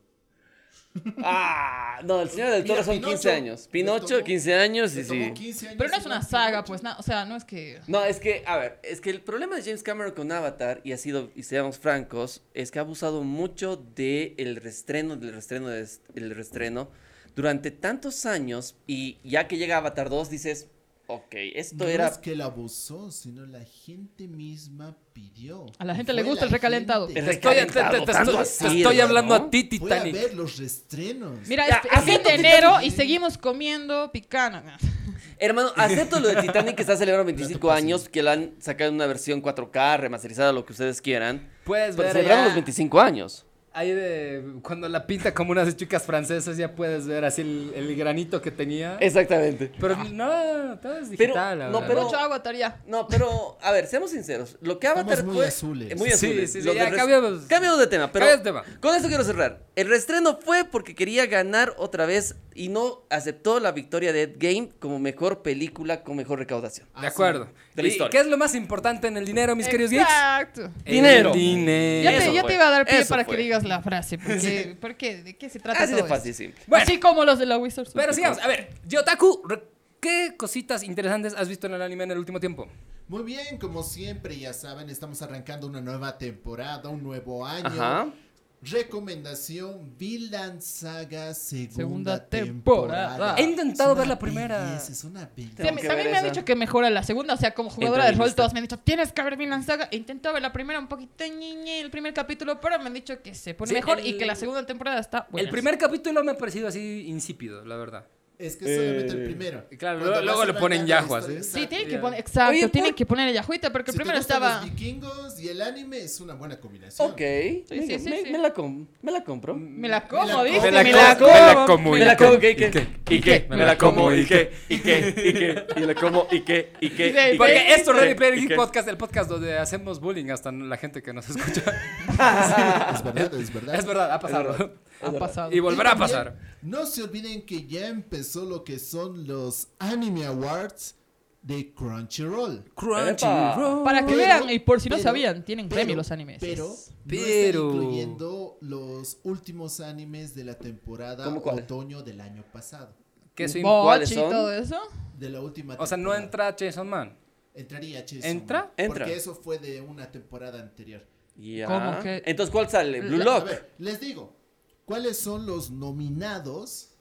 Ah, no, el señor del
Mira,
Toro son
Pinocho.
15 años.
Le
Pinocho,
tomó-
15 años
Le
y
tomó
Pues sí.
15 años
Pero no
y
es una
no-
saga, pues nada. O sea, no es que.
No, es que, a ver, es que el problema de James Cameron con Avatar, y ha sido, y seamos francos, es que ha abusado mucho del el restreno, del restreno, des- el restreno, durante tantos años, y ya que llega Avatar 2, dices, ok, esto
No
era...
es que él abusó, sino la gente misma pidió.
A la
Y
gente le
fue
gusta el recalentado.
gente.
El
Te estoy, te- te- te-
Recalentado,
te
tanto
estoy-
así,
te estoy
hermano.
hablando a ti,
Fue a
Titanic.
ver los restrenos.
Mira,
Ya,
es, es
acepto
7 de
que
enero
también-
y seguimos comiendo picana.
Hermano, acepto lo de Titanic que está celebrando 25
[LAUGHS] No te pases.
años, que la han sacado en una versión 4K, remasterizada, lo que ustedes quieran,
Puedes
pero
ver
celebraron
allá
los 25 años.
a, ahí de- cuando la pinta como unas chicas francesas, ya puedes ver así el, el granito que tenía.
Exactamente.
Pero no, todo es digital.
no,
ahora.
pero-
Mucho Avatar ya.
No, pero, a ver, seamos sinceros. Lo que Avatar
Estamos muy
fue-
azules.
eh, Muy
Sí,
azules.
sí, sí,
Lo
ya,
del res-
cambiamos.
cambiamos de tema, pero.
Cambiamos de tema.
Con esto quiero cerrar. El restreno fue porque quería ganar otra vez y no aceptó la victoria de Ed Game como mejor película con mejor recaudación.
De acuerdo.
Ah, De la
¿Y
historia.
¿Qué es lo más importante en el dinero, mis queridos geeks?
Exacto.
El
Dinero.
Ya,
dinero.
Eso
te, ya
fue,
te iba a dar pie
eso
para
fue.
que digas la frase. Porque, porque ¿De qué se trata
Así de
todo esto?
fácil, y simple.
Bueno.
Así como los de la Wizards.
Pero sigamos. A ver, Yotaku, re- ¿qué cositas interesantes has visto en el anime en el último tiempo?
Muy bien, como siempre, ya saben, estamos arrancando una nueva temporada, un nuevo año.
Ajá.
Recomendación: Villain Saga, segunda,
Segunda temporada.
temporada.
He intentado
Es
ver
una
la primera.
belleza, es una belleza.
Sí,
Tengo
me-
que
también
ver
me han
esa.
dicho que mejora la segunda, o sea, como jugadora
Entra
de
en mi
rol,
lista.
todos me han dicho, tienes que ver Vinland Saga. Intento ver la primera un poquito, ñiñe, el primer capítulo, pero me han dicho que se pone
Sí,
mejor y
el-
que la segunda temporada está buena.
El primer capítulo me ha parecido así insípido, la verdad.
Es que es solamente el primero.
Eh, y claro,
Cuando
luego- luego
vas
le ponen ¿eh?
arrancando
yahua,
la historia,
¿sí?
Sí,
exacto.
tienen
Oye,
que poner, exacto,
por-
tienen que poner el Yajuita, porque el
Si te
primero
gustan
estaba...
Los vikingos y el anime es una buena combinación.
Ok.
sí,
me,
sí,
me-
sí.
me la com- me la compro.
Me la
Me
como,
la
¿viste?
como. Me la
como, me la como,
Me la como, ¿y
¿y
qué?
qué?
¿Y qué?
Me la como, ¿y qué?
¿Y qué? ¿Y qué? [LAUGHS] ¿Y la como, ¿y qué? ¿Y qué?
Y de-
¿Y qué?
Porque esto es Ready
¿Y
Player
qué?
Geek Podcast, el podcast donde hacemos bullying hasta la gente que nos [LAUGHS] escucha. [LAUGHS]
Es verdad, es verdad.
es verdad, ha pasado.
Ha pasado.
Y volverá a
También,
pasar.
No se olviden que ya empezó lo que son los Anime Awards de Crunchyroll.
Crunchyroll.
Para que
Pero-
vean, y por si no
pero-
sabían, tienen
pero-
premio los animes.
Pero,
Pero-
No están incluyendo los últimos animes de la temporada
¿Cómo cuál?
otoño del año pasado.
Que sí.
Bochi
¿Cuáles
y
son?
todo eso.
De la última
O sea, no
temporada.
entra Jason Man.
Entraría Chase.
¿Entra?
Entra.
Porque eso fue de una temporada anterior.
Ya.
¿Cómo que?
Entonces, ¿cuál sale? Blue
La-
A
Lock.
ver, les digo, ¿cuáles son los nominados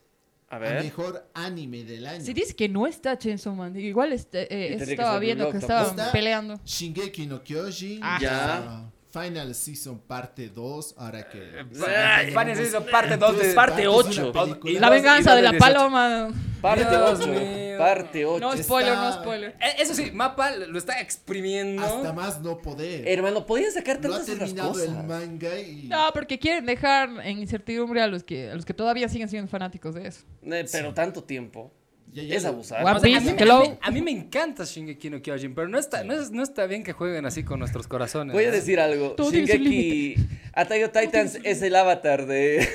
A
a
ver.
mejor anime del año?
Si dice que no está Chainsaw Man, igual este, eh,
Y tendría que
estaba
ser
viendo
Blue
que
Lock tampoco.
estaban
Está-
peleando.
Shingeki no Kyojin.
Ah.
Ya.
uh, Final Season parte 2. Ahora que.
Ay, Van a ser eso parte 2 de.
Eh, Parte
es una
ocho.
película.
Y
La
dos-
venganza
y dos
de
de
la
18.
paloma.
Parte
Dios
8.
mío.
Parte 8.
No
Está-
spoiler, no spoiler.
Eh, Eso sí, Mapa lo está exprimiendo.
Hasta más no poder.
Hermano, podían sacar
no ha
tantas otras
terminado el
cosas.
manga y.
No, porque quieren dejar en incertidumbre a los que a los que todavía siguen siendo fanáticos de eso.
Eh, pero tanto tiempo.
Ya, ya
Es
lo-
abusar.
Guau.
O sea, a, mí,
Piece,
me-
hello.
a mí- a mí me encanta Shingeki no Kyojin, pero no está, no, es- no está bien que jueguen así con nuestros corazones.
Voy a
¿no?
decir algo.
Todo tiene su
Shingeki. Attack on Titans es el avatar de.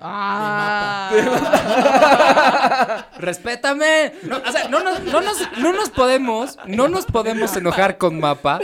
Ah.
¡Respétame! No, o sea, no nos, no nos- no nos podemos, no nos podemos enojar con Mapa.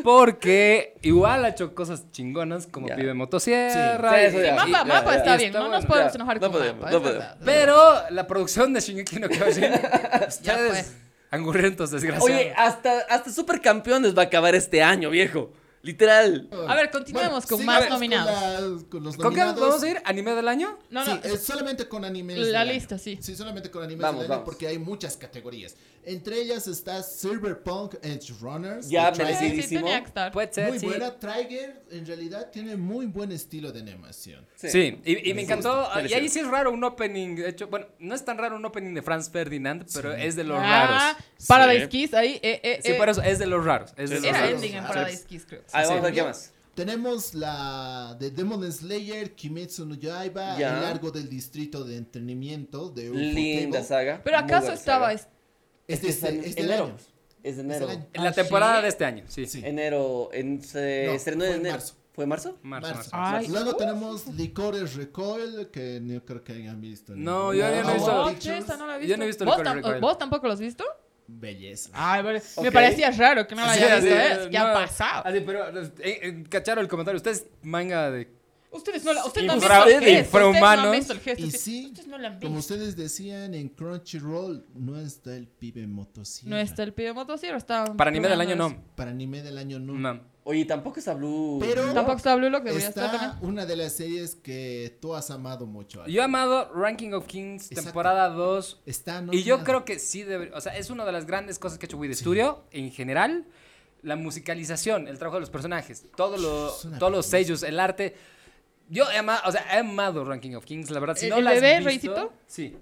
Porque igual ha hecho cosas chingonas como
Ya.
Pibe
Sí,
Motosierra.
sí, eso
y-
ya.
y-
Mapa,
ya,
mapa
ya,
está
ya,
bien,
está
no nos
bueno,
podemos
ya.
enojar
No
con
podemos,
mapa.
no
es verdad.
Pero la producción de Shingeki no Kyojin,
[LAUGHS] Ya
ustedes
fue.
angurrientos desgraciados.
Oye, hasta, hasta Supercampeones va a acabar este año, viejo. Literal.
A ver, continuemos con más
sigamos con
nominados.
la- con los
¿Con qué
nominados.
vamos a ir? ¿Anime del año?
No,
Sí,
no,
es solamente con animes.
La
del año.
lista, sí.
Sí, solamente con animes
Vamos,
del año
vamos.
porque hay muchas categorías. Entre ellas está Cyberpunk Edge Runners.
Ya me
de Trigger.
sí, sí,
merecidísimo.
tenía que estar.
Puede ser,
Muy
sí.
buena. Trigger, en realidad, tiene muy buen estilo de animación.
Sí, y, y me encantó. Ah,
Parecido.
Y ahí sí es raro un opening. De hecho, bueno, no es tan raro un opening de Franz Ferdinand, pero es de los
Ah,
raros.
Paradise Kiss ahí, eh, eh,
Sí,
eh.
por eso es de los raros. Es Ah, de los
Era
raros.
ending en
Ah, Sí.
Paradise Kiss, creo.
A ver, vamos a ver
Sí.
qué más.
Tenemos la de Demon Slayer, Kimetsu no Yaiba,
Ya.
el largo del distrito de entretenimiento de Ufotable.
Linda saga.
Pero
muy
acaso
buena
estaba este-
saga.
es-
Es de este, es del
enero.
año.
Es de enero.
Es del año.
En la
Ah,
temporada
sí.
de este año, sí.
Sí.
Enero. En, se
No,
estrenó
fue
en
en
enero.
marzo.
¿Fue en marzo?
Marzo, marzo.
Ay.
Luego tenemos Licores Recoil, que no creo que hayan visto.
No,
ninguno.
yo ya no he
Power
visto.
No,
Pictures,
che, esa Ah, no la he
Yo
visto.
no he visto el
¿Vos,
Correo
tam-
Recuerdo.
¿Vos tampoco los has visto?
Belleza.
Ah,
Ay, vale. Me
Ok.
parecía raro que no la
Sí,
haya
así,
visto.
eh,
¿eh? ¿Qué ha
no,
pasado?
Así, pero eh, eh, cacharon el comentario. Ustedes manga de.
Ustedes no la usted
Y
no han
infra-
visto el
de
gesto. Ustedes no han
infrahumanos.
visto el gesto.
Y
ustedes-
sí,
Ustedes no la han
como
visto.
ustedes decían en Crunchyroll, no está el pibe motocicleta.
No está el pibe motocicleta, está...
Para anime del año,
programado
no.
Para anime del año no.
No.
Oye, tampoco está Blue.
Pero-
eso. Tampoco está Blue Lock, debería estar
Está
también.
una de las series que tú has amado mucho. Al.
Yo he amado Ranking of Kings,
Exacto.
temporada 2.
Está
Y yo
nominada.
creo que sí debería. O sea, es una de las grandes cosas que ha hecho With Studio en general. La musicalización, el trabajo de los personajes, todo lo-
Es una
todos los
belleza.
sellos, el arte. Yo he amado, o sea, he amado Ranking of Kings, la verdad. Si
¿El-
no
el
la has
bebé,
visto-
Reicito?
Sí.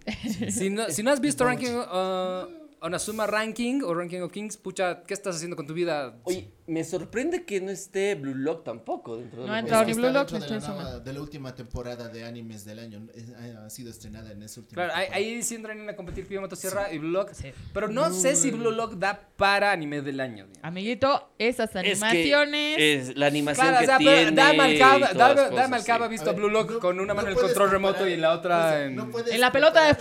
si, no, si no has visto Ranking. Uh, Onasuma Ranking o Ranking of Kings, pucha, ¿qué estás haciendo con tu vida?
Oye, Me sorprende que no esté Blue Lock tampoco dentro de
No
los
ha
Es
entrado
que
ni
juegos.
Blue
está
Lock,
dentro
ni
de, la
Chainsaw
nueva- de la última temporada de animes del año. Es- ha sido estrenada en ese último.
Claro, ahí, ahí sí entran a competir Pío Motosierra y Blue Lock.
Sí.
Pero no sé si Blue Lock da para anime del año. digamos.
Amiguito, esas
Es que
animaciones.
es la animación
Claro, o
que
sea, pero
tiene.
Dan
y
Malcaba,
todas
Dan-
las
Dan
cosas,
Malcaba ha
sí.
visto
A ver,
Blue Lock
no-
con una mano en
no
el
puedes
control remoto
comparar-
y la
o
otra
sea,
en...
no puedes
En la pelota de
comparar-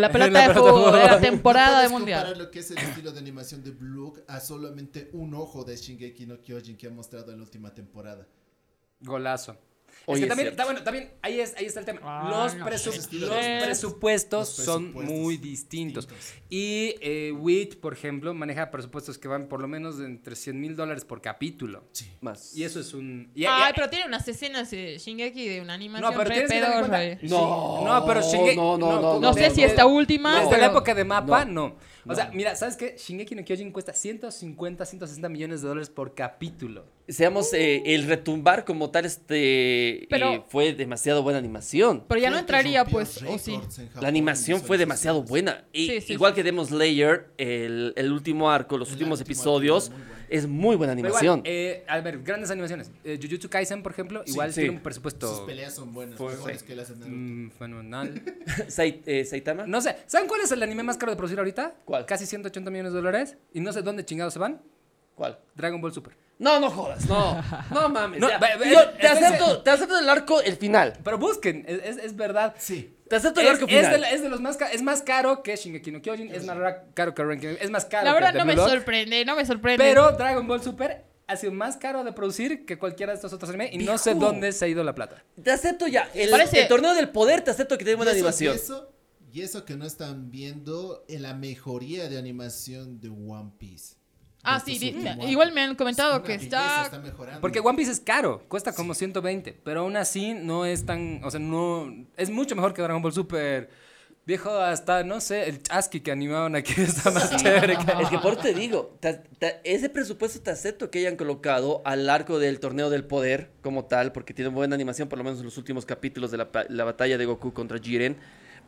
[LAUGHS]
la pelota
pelota
de
de
fútbol,
fútbol.
de la
no
temporada de
puedes
mundial.
comparar lo que es el estilo de animación de Blue Lock a solamente un ojo de Shingeki no Kyojin que ha mostrado en la última temporada.
Golazo. Es
Oye,
que
es
también,
cierto.
está, bueno, también ahí, es, ahí está el tema.
Ah,
los,
no,
presu-
sí, sí,
los
sí.
presupuestos
Los
son
presupuestos
muy distintos.
distintos.
Y eh, WIT, por ejemplo, maneja presupuestos que van por lo menos de entre 100 mil dólares por capítulo.
Más.
Y eso es un... y- y-
Ay, pero tiene unas escenas de Shingeki de una animación
no, pero
re
tienes que tener en
pedorra,
cuenta-
eh.
No,
Sí, no, pero Shingeki...
no, no, no,
No sé si
desde-
esta última.
Desde
pero-
la época de Mapa, no. O sea, mira, ¿sabes qué? Shingeki no Kyojin cuesta 150, 160 millones de dólares por capítulo.
Seamos, eh, el retumbar como tal este
Pero-
eh, fue demasiado buena animación.
Pero ya
Fue
no
que
entraría,
rompió
pues, o sí.
récords en Japón
La animación
en
fue demasiado
visualizaciones.
buena. Y
Sí, sí,
igual
sí.
que Demon Slayer, el, el último arco, los
El
últimos
último
episodios,
arco era muy bueno.
es muy buena
Pero
animación.
Igual, eh, a ver, grandes animaciones. Eh, Jujutsu Kaisen, por ejemplo, igual
sí.
tiene un
Sus
presupuesto
peleas son buenas,
Fue-
mejores
sí.
que las de Naruto.
mm, fenomenal.
[LAUGHS]
[LAUGHS]
Sai- eh, ¿Saitama?
No sé, ¿saben cuál es el anime más caro de producir ahorita?
¿Cuál?
Casi 180 millones de dólares. Y no sé dónde chingados se van.
¿Cuál?
Dragon Ball Super.
No, no jodas,
[LAUGHS]
no. No mames.
No,
ya.
ve- ve-
Yo te,
espérense.
acepto, te acepto el arco, el final.
Pero busquen, es, es- es verdad.
Sí.
Te acepto el
Es,
arco
es
final.
de, la- es de los más ca- es más caro que Shingeki no Kyojin, es más ra- caro que Rankin, es más caro
La
que
verdad
The
no me
Blue Lock.
sorprende, no me sorprende.
Pero Dragon Ball Super ha sido más caro de producir que cualquiera de estos otros anime y no sé
Viejo.
dónde se ha ido la plata.
Te acepto ya. El,
Parece-
el torneo del poder, te acepto que tiene buena
Y eso-
animación.
Y eso, y eso que no están viendo en la mejoría de animación de One Piece. Este
ah,
De
sí,
estos
di-
últimos años.
igual me han comentado
Una
que
belleza,
está.
está mejorando.
Porque One Piece es caro, cuesta como 120, pero aún así no es tan, o sea, no es mucho mejor que Dragon Ball Super. Viejo, hasta no sé, el Chasqui que animaban aquí [LAUGHS] está más chévere. que-
Es que por eso te digo, te- te- ese presupuesto te acepto que hayan colocado al arco del torneo del poder como tal, porque tiene buena animación, por lo menos en los últimos capítulos de la, pa- la batalla de Goku contra Jiren.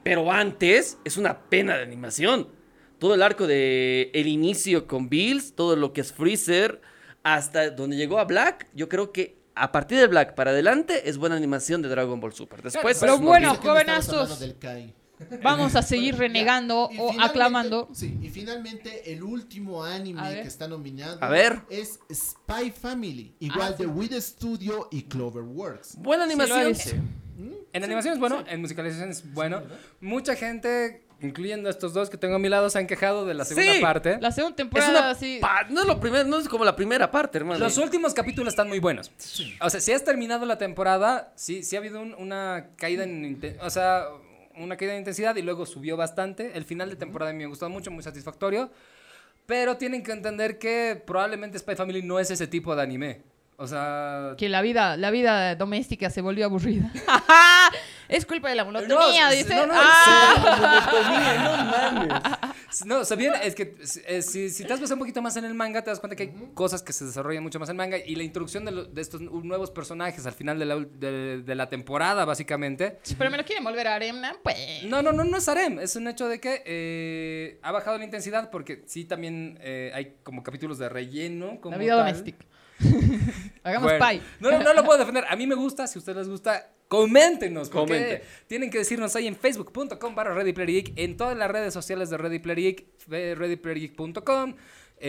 Pero antes es una pena de animación. Todo el arco de el inicio con Bills, todo lo que es Freezer, hasta donde llegó a Black, yo creo que a partir de Black para adelante es buena animación de Dragon Ball Super. Después,
pero
no
bueno,
Dice que no estamos
jovenazos.
hablando del Kai.
Vamos a seguir renegando
Y
o
finalmente-
aclamando.
Sí, y finalmente el último
A
anime
ver.
que está nominado
A ver.
es Spy Family,
Ah,
igual
sí.
de With Studio y Cloverworks.
Buena
Sí, lo
animación.
hice.
En animación es bueno, en musicalización es bueno. Mucha gente, incluyendo estos dos que tengo a mi lado, se han quejado de la
Sí.
segunda parte.
La segunda
Es
temporada,
una
sí.
pa- no, es lo primer- no es como la primera parte, hermano.
Los últimos capítulos están muy buenos. O sea, si has terminado la temporada, sí, sí ha habido un- una caída en inten- o sea, una caída de intensidad y luego subió bastante. El final de temporada a mí me gustó mucho, muy satisfactorio. Pero tienen que entender que probablemente Spy Family no es ese tipo de anime. O sea,
Que la vida, la vida doméstica se volvió aburrida. es culpa de la monotonía,
No,
dice.
no, no,
Ah,
No, o sea, bien, es que eh, si, si te has basado un poquito más en el manga, te das cuenta que hay cosas que se desarrollan mucho más en manga y la introducción de, lo- de estos nuevos personajes al final de la, ul- de- de la temporada, básicamente.
Pero me lo quieren volver a arena, pues.
No, no, no, no es harem, es un hecho de que eh, ha bajado la intensidad porque sí también eh, hay como capítulos de relleno. Como
la vida
tal.
doméstica. [LAUGHS] Hagamos
Bueno,
pie.
No, no, no lo puedo defender. A mí me gusta, si a ustedes les gusta, coméntenos. porque
Comenten.
Tienen que decirnos ahí en facebook.com barra Ready Player Geek, en todas las redes sociales de Ready Player Geek, eh, readyplayergeek.com,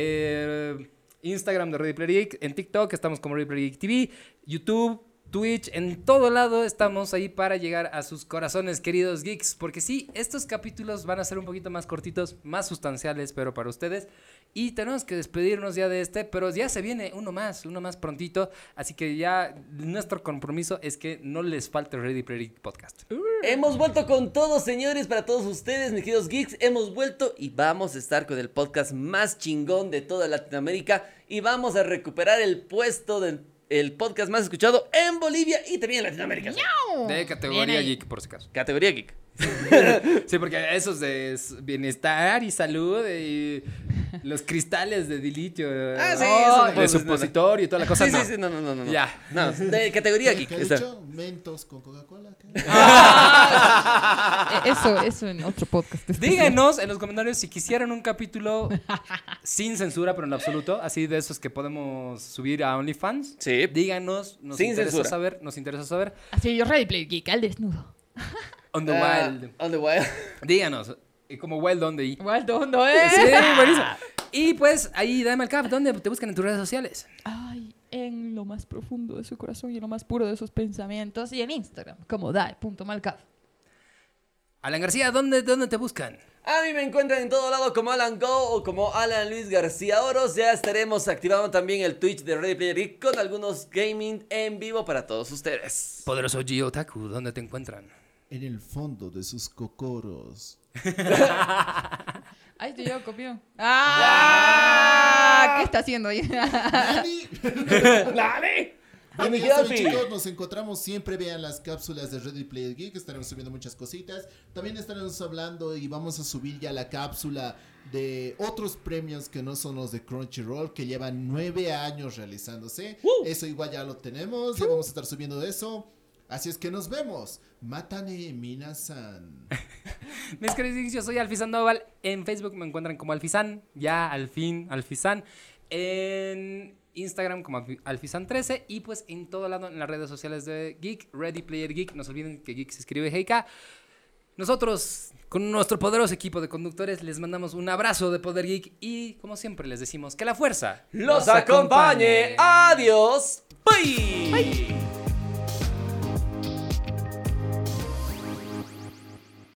eh, Instagram de Ready Player Geek, en TikTok estamos como Ready Player Geek TV, YouTube. Twitch, en todo lado estamos ahí para llegar a sus corazones, queridos geeks, porque sí, estos capítulos van a ser un poquito más cortitos, más sustanciales, pero para ustedes. Y tenemos que despedirnos ya de este, pero ya se viene uno más, uno más prontito, así que ya nuestro compromiso es que no les falte Ready Player Geek Podcast.
Uh. Hemos vuelto con todos, señores, para todos ustedes, mis queridos geeks. Hemos vuelto y vamos a estar con el podcast más chingón de toda Latinoamérica. Y vamos a recuperar el puesto del el podcast más escuchado en Bolivia y también en Latinoamérica.
De categoría
Bien ahí.
geek, por si acaso.
Categoría geek.
Sí, porque esos de s- bienestar y salud y los cristales de dilitio.
Ah, sí,
oh,
eso no
de
podemos-
supositorio y toda la cosa.
Sí,
no.
sí, sí, no, no, no, no. no.
Ya.
No, de categoría
¿Qué
geek.
ha
está.
dicho? Mentos con Coca-Cola. ¿qué?
Eh, Eso, eso en otro podcast.
Díganos en los
[LAUGHS]
comentarios si quisieran un capítulo sin censura, pero en lo absoluto, así de esos que podemos subir a OnlyFans.
Sí.
Díganos, nos
Sin
interesa
censura.
saber, nos interesa saber.
Así yo Ready Play Geek al desnudo.
On the
Ah,
Wild.
On the wild.
Díganos, y como Wild on the...
Igual, ¿dónde
Sí,
es?
buenísimo. Y pues ahí, dame al cap, ¿dónde te buscan en tus redes sociales?
Ay, en lo más profundo de su corazón y en lo más puro de sus pensamientos. Y en Instagram, como dae.malcaf.
Alan García, ¿dónde, dónde te buscan?
A mí me encuentran en todo lado como Alan Go o como Alan Luis García Oros. Ya estaremos activando también el Twitch de Ready Player Geek con algunos gaming en vivo para todos ustedes.
Poderoso Gio Otaku, ¿dónde te encuentran?
En el fondo de sus cocoros.
Ay, te llevo copión. ¡Ah! ¿Qué está haciendo ahí?
¡Nani!
¡Dale!
Bueno,
mi
ya saben,
Gaby.
chicos, nos encontramos siempre. Vean las cápsulas de Ready Player Geek. Estaremos subiendo muchas cositas. También estaremos hablando y vamos a subir ya la cápsula de otros premios que no son los de Crunchyroll, que llevan nueve años realizándose. Eso igual ya lo tenemos. Ya vamos a estar subiendo eso. Así es que nos vemos. Matane Minasan.
[LAUGHS] Mis queridos, yo soy Alfis Sandoval. En Facebook me encuentran como Alfisan, ya al fin, Alfisan. En Instagram como Alfisan13 y pues en todo lado en las redes sociales de Geek, Ready Player Geek. No se olviden que Geek se escribe GK. Nosotros, con nuestro poderoso equipo de conductores, les mandamos un abrazo de Poder Geek y, como siempre, les decimos que la fuerza
¡Los acompañe! ¡Adiós! ¡Bye!